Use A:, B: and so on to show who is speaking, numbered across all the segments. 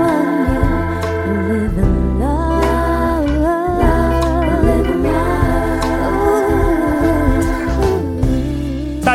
A: one you live in love, live in love.
B: 大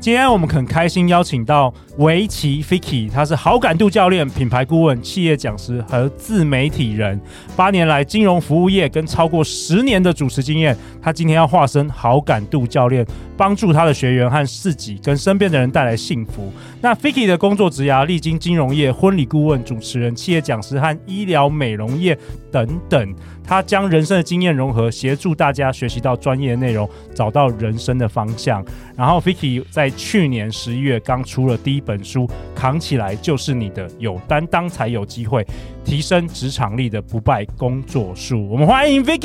B: 今天我们很开心邀请到围棋 Ficky，他是好感度教练、品牌顾问、企业讲师和自媒体人。八年来，金融服务业跟超过十年的主持经验，他今天要化身好感度教练，帮助他的学员和自己跟身边的人带来幸福。那 Ficky 的工作职涯历经金融业、婚礼顾问、主持人、企业讲师和医疗美容业等等，他将人生的经验融合，协助大家学习到专业内容，找到人生的方向。然后 Ficky 在去年十一月刚出了第一本书《扛起来就是你的》，有担当才有机会，提升职场力的不败工作术。我们欢迎 Ficky。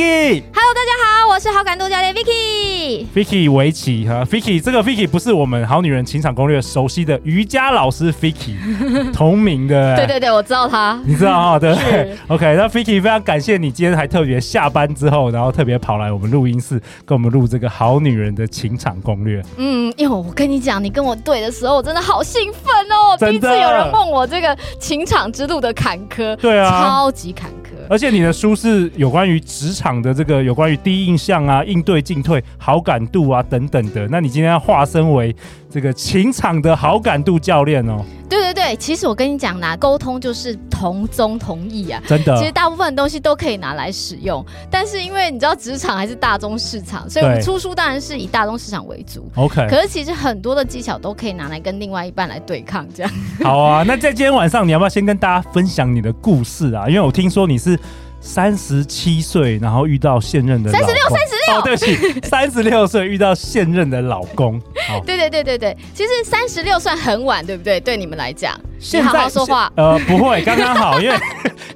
C: Hello，大家好，我是好感度教练 Vicky。
B: Vicky 围棋哈，Vicky 这个 Vicky 不是我们好女人情场攻略熟悉的瑜伽老师 Vicky 同名的，
C: 对对对，我知道他。
B: 你知道 哈，对不对
C: 是
B: ？OK，那 Vicky 非常感谢你今天还特别下班之后，然后特别跑来我们录音室跟我们录这个好女人的情场攻略。
C: 嗯，因为我跟你讲，你跟我对的时候，我真的好兴奋哦！第
B: 真的
C: 一次有人问我这个情场之路的坎坷，
B: 对啊
C: 超级坎坷。
B: 而且你的书是有关于职场的这个有关于第一印象啊、应对进退、好感度啊等等的。那你今天要化身为这个情场的好感度教练哦，
C: 对对对，其实我跟你讲啦，沟通就是同宗同义啊。
B: 真
C: 其实
B: 的。
C: 大部分东西都可以拿来使用，但是因为你知道职场还是大众市场，所以我们
B: 对
C: 出书当然是以大众市场为主。
B: OK，
C: 可是其实很多的技巧都可以拿来跟另外一半来对抗，这样。
B: 好啊，那在今天晚上，你要不要先跟大家分享你的故事啊？因为我听说你是三十七岁，然后遇到现任的
C: 36
B: 三十六，哦，对不 起，三十六岁遇到现任的老公。好，
C: 对对对对对，其实三十六算很晚，对不对？对你们来讲，
B: 现
C: 你好好说话
B: 现呃，不会，刚刚好，因为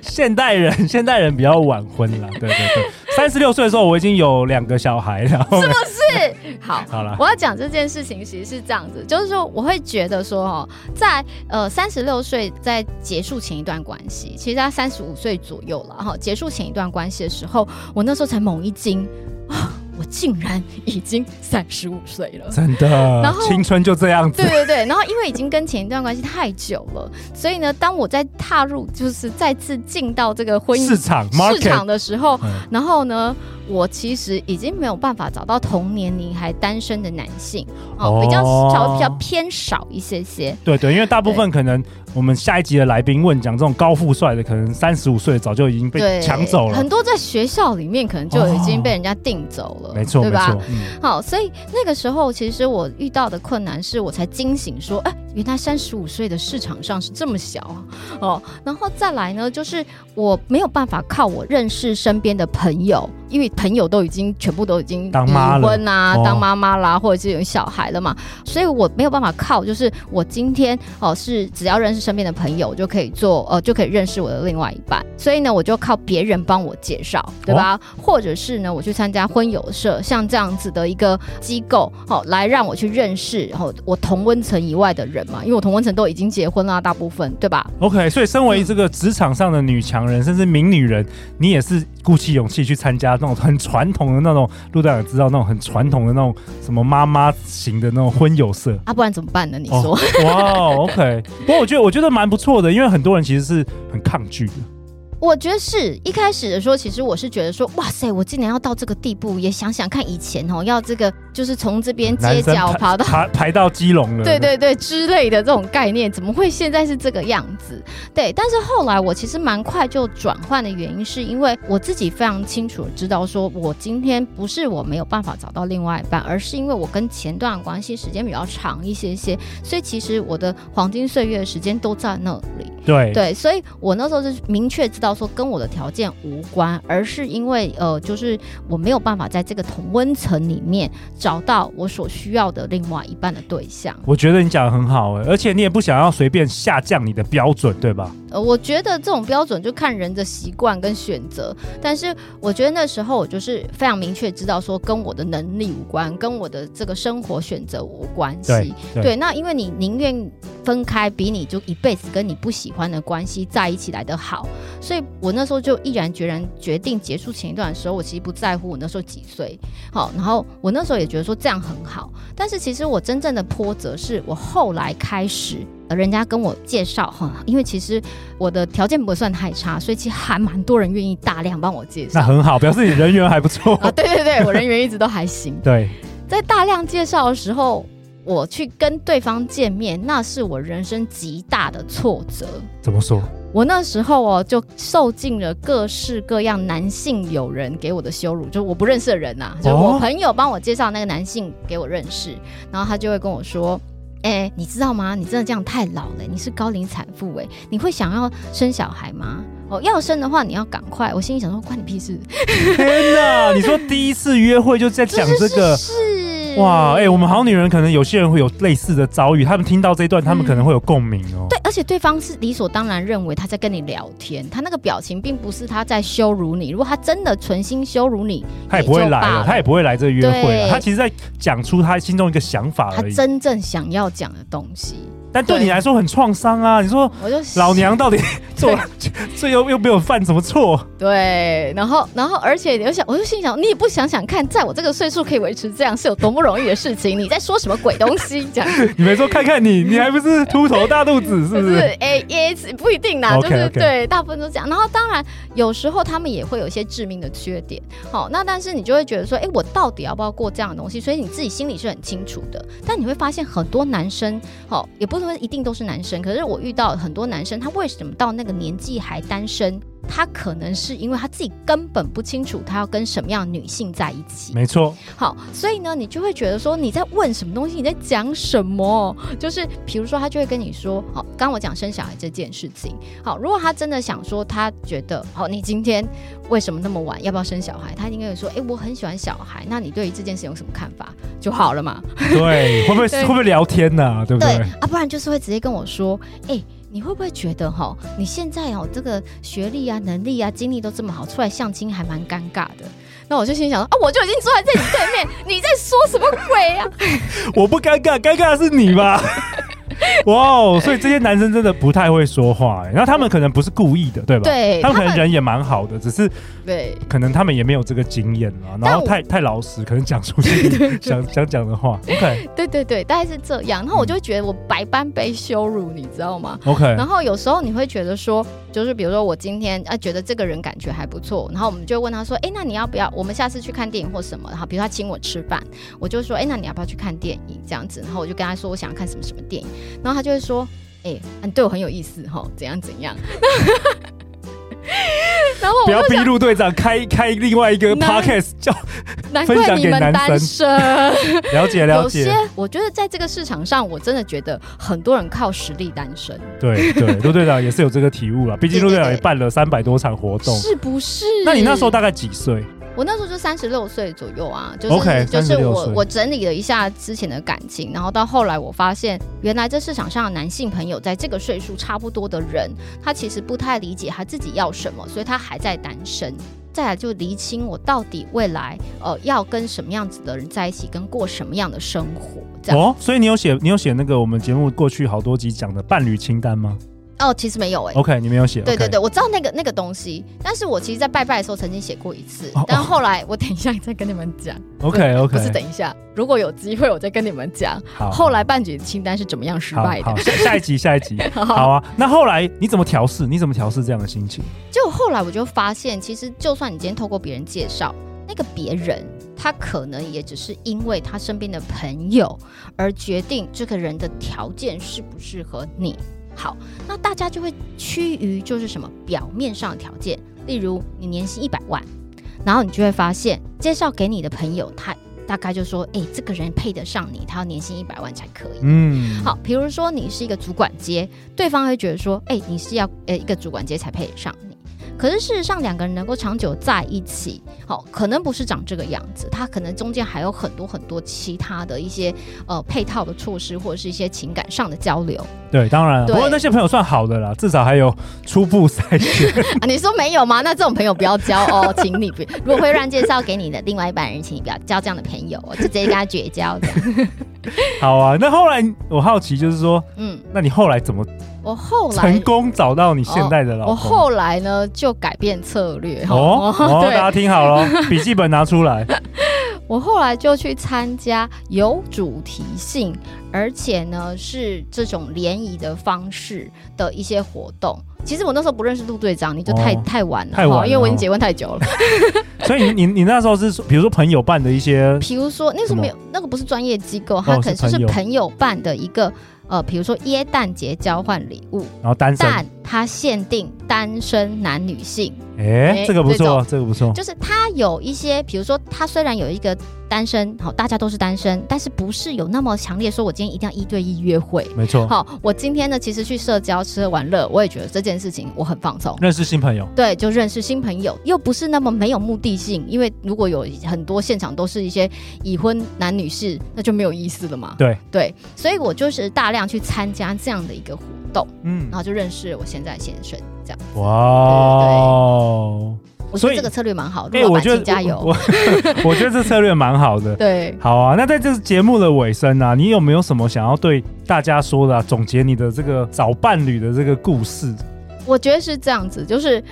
B: 现代人现代人比较晚婚啦。对对对，三十六岁的时候我已经有两个小孩了。
C: 是不是？ 好，
B: 好啦
C: 我要讲这件事情其实是这样子，就是说我会觉得说哦，在呃三十六岁在结束前一段关系，其实在三十五岁左右了哈，结束前一段关系的时候，我那时候才猛一惊 啊，我竟然已经三十五岁了。
B: 真的
C: 然，后
B: 青春就这样子
C: 对。对对，然后因为已经跟前一段关系太久了，所以呢，当我在踏入就是再次进到这个婚姻
B: 市场
C: 市场
B: market，
C: 的时候，
B: 嗯
C: 然后呢，我其实已经没有办法找到同年龄还单身的男性哦，
B: 哦
C: 比较少，比较偏少一些些。
B: 对对，因为大部分可能我们下一集的来宾问讲这种高富帅的，可能三十五岁早就已经被
C: 对，
B: 抢走了
C: 很。多在学校里面可能就已经被人家订走了，
B: 没错，
C: 对
B: 没
C: 吧
B: 错？，嗯
C: 好，所以那个时候其实我遇到的困难是我才惊醒说，哎、原来三十五岁的市场上是这么小啊哦。然后再来呢，就是我没有办法靠我认识身边的朋友，因为朋友都已经全部都已经
B: 当妈
C: 离
B: 了
C: 婚啊，
B: 哦
C: 当妈妈啦，或者是有小孩了嘛，所以我没有办法靠，就是我今天哦是只要认识身边的朋友就可以做，呃就可以认识我的另外一半，所以呢我就靠别人帮我介绍，对吧？
B: 哦
C: 或者是呢我去参加婚友社，像这样子的一个机构，哦来让我去认识哦我同温层以外的人嘛，因为我同温层都已经结婚啦，大部分对吧？
B: OK，所以身
C: 嗯
B: 为这个职场上的女强人，甚至名女人，你也是鼓起勇气去参加那种很传统的那种，陆队长也知道那种很传统的那种什么妈妈型的那种婚友社。
C: 啊，不然怎么办呢？你
B: 哦
C: 说、
B: 哇，OK，不过我觉得我觉得蛮不错的，因为很多人其实是很抗拒的。
C: 我觉得是一开始的时候，其实我是觉得说，哇塞，我竟然要到这个地步，也想想看以前哦，要这个就是从这边街
B: 男生
C: 角
B: 排
C: 跑到。
B: 排排到基隆了，
C: 对对对之类的这种概念，怎么会现在是这个样子？对，但是后来我其实蛮快就转换的原因，是因为我自己非常清楚地知道，说我今天不是我没有办法找到另外一半，而是因为我跟前段的关系时间比较长一些些，所以其实我的黄金岁月的时间都在那里。
B: 对
C: 对，所以我那时候是明确知道说跟我的条件无关，而是因为呃，就是我没有办法在这个同温层里面找到我所需要的另外一半的对象。
B: 我觉得你讲的很好、欸，而且你也不想要随便下降你的标准，对吧？
C: 呃，我觉得这种标准就看人的习惯跟选择，但是我觉得那时候我就是非常明确知道说跟我的能力无关，跟我的这个生活选择无关系
B: 对。
C: 对，那因为你宁愿分开，比你就一辈子跟你不喜欢的关系在一起来的好。所以我那时候就毅然决然决定结束前一段的时候，我其实不在乎我那时候几岁，好，然后我那时候也觉得说这样很好。但是其实我真正的波折是我后来开始。呃人家跟我介绍哈，因为其实我的条件不算太差，所以其实还蛮多人愿意大量帮我介
B: 那
C: 绍
B: 很好，表示你人缘还不错。
C: 啊。对对对，我人缘一直都还行。
B: 对，
C: 在大量介绍的时候，我去跟对方见面，那是我人生极大的挫折。
B: 怎么 说？
C: 我那时候哦，就受尽了各式各样男性友人给我的羞辱，就是我不认识的人呐、就是我朋友帮我介绍那个男性给我认识，然后他就会跟我说。哎、你知道吗？你真的这样太老了，你是高龄产妇哎、你会想要生小孩吗？哦，要生的话你要赶快。我心里想说，关你屁事。
B: 天哪！你说第一次约会就在讲这个，
C: 是
B: 哇，哎、我们好女人可能有些人会有类似的遭遇，他们听到这一段，他们可能会有共鸣哦。
C: 嗯对，而且对方是理所当然认为他在跟你聊天，他那个表情并不是他在羞辱你。如果他真的存心羞辱你，
B: 他也不会来
C: 也就罢
B: 了，
C: 了
B: 他也不会来这约会了。
C: 对
B: 他其实在讲出他心中一个想法
C: 他
B: 而已，
C: 真正想要讲的东西，
B: 但对你
C: 对
B: 来说很创伤啊！你说
C: 我就
B: 老娘到底 做这又又没有犯什么错？
C: 对，然后然后而且我想，我就心想，你也不想想看，在我这个岁数可以维持这样是有多么容易的事情，你在说什么鬼东西？这样
B: 你没说看看你，你还不是秃头大肚子是
C: 就
B: 不
C: 是
B: 是？
C: 哎，也不一定啦
B: OK，
C: 就是
B: OK
C: 对，大部分都这样。然后当然有时候他们也会有一些致命的缺点，好、那但是你就会觉得说，哎，我到底要不要过这样的东西？所以你自己心里是很清楚的。但你会发现很多男生，好、也不是说一定都是男生，可是我遇到很多男生，他为什么到那个年纪还单身？他可能是因为他自己根本不清楚他要跟什么样的女性在一起。
B: 没错，
C: 好，所以呢，你就会觉得说你在问什么东西，你在讲什么？就是比如说，他就会跟你说，好，刚刚我讲生小孩这件事情，好，如果他真的想说，他觉得，好，你今天为什么那么晚，要不要生小孩？他应该会说，哎、我很喜欢小孩，那你对于这件事有什么看法就好了嘛？
B: 对，会不会
C: 对
B: 会不会聊天呢、对不
C: 对
B: 对？
C: 啊，不然就是会直接跟我说，哎、你会不会觉得哈，你现在哦这个学历啊、能力啊、经历都这么好，出来相亲还蛮尴尬的。那我就心想啊，我就已经坐在这里对面，你在说什么鬼啊？
B: 我不尴尬，尴尬的是你 吧？哇哦！所以这些男生真的不太会说话、欸然后他们可能不是故意的，对吧？
C: 对
B: 他们可
C: 他
B: 能
C: 们
B: 人也蛮好的，只是
C: 对，
B: 可能他们也没有这个经验啦，然
C: 但
B: 后
C: 我
B: 太太老实，可能讲出 去想想讲的话。OK
C: 对对对，大概是这样。
B: 嗯
C: 然后我就觉得我百般被羞辱，你知道吗？
B: OK，
C: 然后有时候你会觉得说，就是比如说我今天啊觉得这个人感觉还不错，然后我们就问他说，哎，那你要不要我们下次去看电影或什么？然后比如他请我吃饭，我就说，哎，那你要不要去看电影这样子？然后我就跟他说我想要看什么什么电影，然后他就会说，哎，啊你对我很有意思哈，怎样怎样。 然后
B: 不要
C: 我就
B: 逼
C: 想，
B: 陆队长 开开另外一个
C: 那
B: podcast 叫
C: 难
B: 分
C: 怪
B: 享
C: 你
B: 给
C: 们
B: 男
C: 单身。
B: 了解了
C: 有
B: 解
C: 些。我觉得在这个市场上，我真的觉得很多人靠实力单身，
B: 对对，陆队长也是有这个体 悟啦，毕竟
C: 对
B: 陆队
C: 对
B: 长也
C: 对
B: 办了三百多场活动。
C: 是不是？
B: 那你那时候大概几岁？
C: 我那时候就三十六岁左右啊，就是
B: OK，
C: 就是
B: 36
C: 我
B: 岁
C: 我整理了一下之前的感情，然后到后来我发现，原来这市场上的男性朋友在这个岁数差不多的人，他其实不太理解他自己要什么，所以他还在单身。再来就厘清我到底未来呃要跟什么样子的人在一起，跟过什么样的生活这样。
B: 哦，所以你有写你有写那个我们节目过去好多集讲的伴侣清单吗
C: 哦，其实没有哎、
B: ？OK，你没有写。
C: 对
B: OK
C: 对对，。我知道那个那个东西，但是我其实，在拜拜的时候曾经写过一次，
B: 哦哦
C: 但后来我等一下再跟你们讲。
B: OK
C: 不是
B: OK，
C: 等一下，如果有机会我再跟你们讲，
B: 好。
C: 后来半决清单是怎么样失
B: 好
C: 败的
B: 好。下下一集下一 集好啊。那后来你怎么调试？你怎么调试这样的心情？
C: 就后来我就发现，其实就算你今天透过别人介绍，那个别人他可能也只是因为他身边的朋友而决定这个人的条件适不适合你。好，那大家就会趋于就是什么表面上的条件，例如你年薪一百万，然后你就会发现介绍给你的朋友，他大概就说，哎、这个人配得上你，他要年薪一百万才可以。
B: 嗯，
C: 好，比如说你是一个主管阶，对方会觉得说，哎、你是要呃一个主管阶才配得上你。可是事实上，两个人能够长久在一起，好、可能不是长这个样子，他可能中间还有很多很多其他的一些呃配套的措施，或者是一些情感上的交流
B: 对，当然了，不
C: 对
B: 过那些朋友算好的啦，至少还有初步筛选。
C: 啊。你说没有吗？那这种朋友不要交哦，请你不，如果会乱介绍给你的另外一半人，请你不要交这样的朋友哦，就直接跟他绝交这样。
B: 好啊，那后来我好奇就是说，
C: 嗯，
B: 那你后来怎么
C: 我后来
B: 成功找到你现在的老公？
C: 我后来呢就改变策略
B: 哦哦，大家
C: 对，
B: 听好 了，笔记本拿出来。
C: 我后来就去参加有主题性，而且呢是这种联谊的方式的一些活动。其实我那时候不认识陆队长，你就太、
B: 哦
C: 太晚了，
B: 太晚了
C: 哦因为我已经结婚太久 了。
B: 所以你你你那时候是说比如说朋友办的一些
C: 比如说那个时候没有，那个不是专业机构，它
B: 哦
C: 可能
B: 是朋
C: 就是
B: 友
C: 朋友办的一个呃，比如说耶诞节交换礼物，
B: 然后单身，
C: 但它限定单身男女性。
B: 哎，
C: 哎
B: 这个不
C: 这
B: 错
C: 种，
B: 这个不错，
C: 就是他有一些，比如说他虽然有一个单身，好，大家都是单身，但是不是有那么强烈说，我今天一定要一对一约会。
B: 没错，
C: 好，我今天呢，其实去社交、吃喝玩乐，我也觉得这件事情我很放松。
B: 认识新朋友。
C: 对，就认识新朋友，又不是那么没有目的性，因为如果有很多现场都是一些已婚男女士，那就没有意思了嘛。
B: 对
C: 对，所以我就是大量去参加这样的一个活动，
B: 嗯
C: 然，后就认识了我现在的先生，这样。
B: 哇哦，
C: 我觉
B: 所以
C: 得这个策略蛮好，
B: 哎
C: 陆老
B: 我
C: 板
B: 觉
C: 请
B: 得
C: 加油。
B: 我我 觉得这策略蛮好的。
C: 对，
B: 好啊，那在这节目的尾声啊，你有没有什么想要对大家说的、啊？总结你的这个找伴侣的这个故事？
C: 我觉得是这样子，就是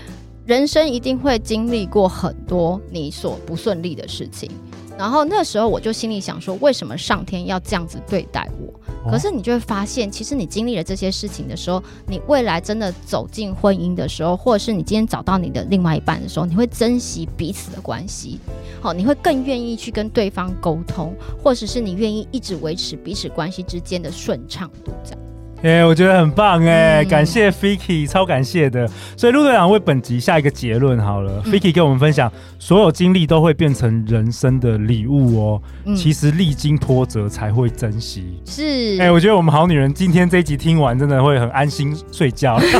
C: 人生一定会经历过很多你所不顺利的事情。然后那时候我就心里想说，为什么上天要这样子对待
B: 哦
C: 我？可是你就会发现，其实你经历了这些事情的时候，你未来真的走进婚姻的时候，或者是你今天找到你的另外一半的时候，你会珍惜彼此的关系，好，你会更愿意去跟对方沟通，或者是你愿意一直维持彼此关系之间的顺畅度，这样。
B: 哎、我觉得很棒哎、
C: 嗯
B: 感谢 Fiki，超感谢的。所以陆队长为本集下一个结论好了、
C: 嗯
B: f i k i 跟我们分享，所有经历都会变成人生的礼物哦。
C: 嗯
B: 其实历经波折才会珍惜。
C: 是，
B: 哎、我觉得我们好女人今天这一集听完，真的会很安心睡觉，会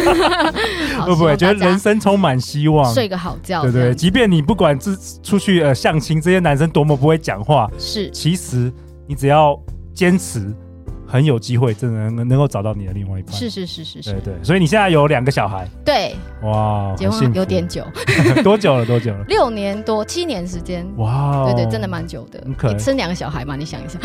C: 好
B: 不 会？
C: 希
B: 觉得
C: 望大家
B: 人生充满希望。
C: 睡个好觉，
B: 对
C: 这
B: 对，
C: 样
B: 即便你不管是出去呃相亲，这些男生多么不会讲话，
C: 是
B: 其实你只要坚持，很有机会真的能能够找到你的另外一半。
C: 是是是是
B: 对
C: 是，
B: 对，所以你现在有两个小孩，
C: 对，
B: 哇，
C: 结
B: 很幸
C: 婚
B: 福
C: 有点久，
B: 多久了？多久了？
C: 六年多七年时间，
B: 哇、哦
C: 对对，真的？蛮久的。
B: OK
C: 你生两个小孩嘛，你想一下。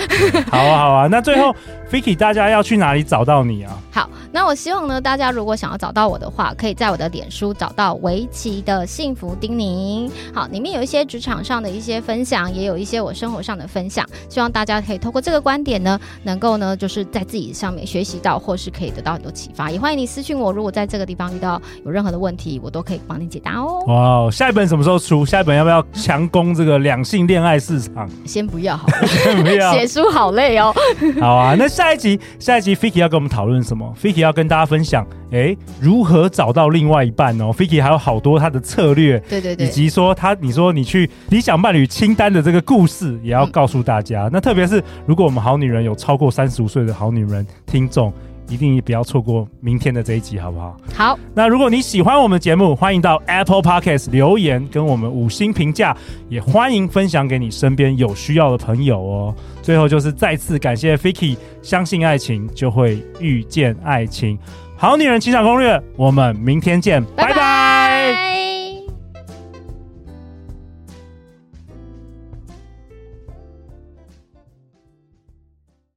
B: 好啊，好啊。那最后 Vicky，大家要去哪里找到你啊？
C: 好，那我希望呢，大家如果想要找到我的话，可以在我的脸书找到围棋的幸福叮咛。好，里面有一些职场上的一些分享，也有一些我生活上的分享，希望大家可以透过这个观点呢，能够呢，就是在自己上面学习到，或是可以得到很多启发。也欢迎你私信我，如果在这个地方遇到有任何的问题，我都可以帮你解答哦。
B: 哇哦，下一本什么时候出？下一本要不要强攻这个两性恋爱市场？
C: 先不要好 了。
B: 没有，
C: 写书好累哦。
B: 好啊，那下一集，下一集 Fiki 要跟我们讨论什么？Fiki 要跟大家分享，诶，如何找到另外一半哦。Fiki 还有好多他的策略，
C: 对对
B: 以
C: 对，
B: 及说他，你说你去理想伴侣清单的这个故事，也要告诉大家。那特别是如果我们好女人有超过三十五岁的好女人听众，一定不要错过明天的这一集，好不好？
C: 好，
B: 那如果你喜欢我们的节目，欢迎到 Apple Podcast 留言跟我们五星评价，也欢迎分享给你身边有需要的朋友哦。最后就是再次感谢 Fiki，相信爱情就会遇见爱情。好女人情场攻略，我们明天见，拜
C: 拜
B: 拜
C: 哎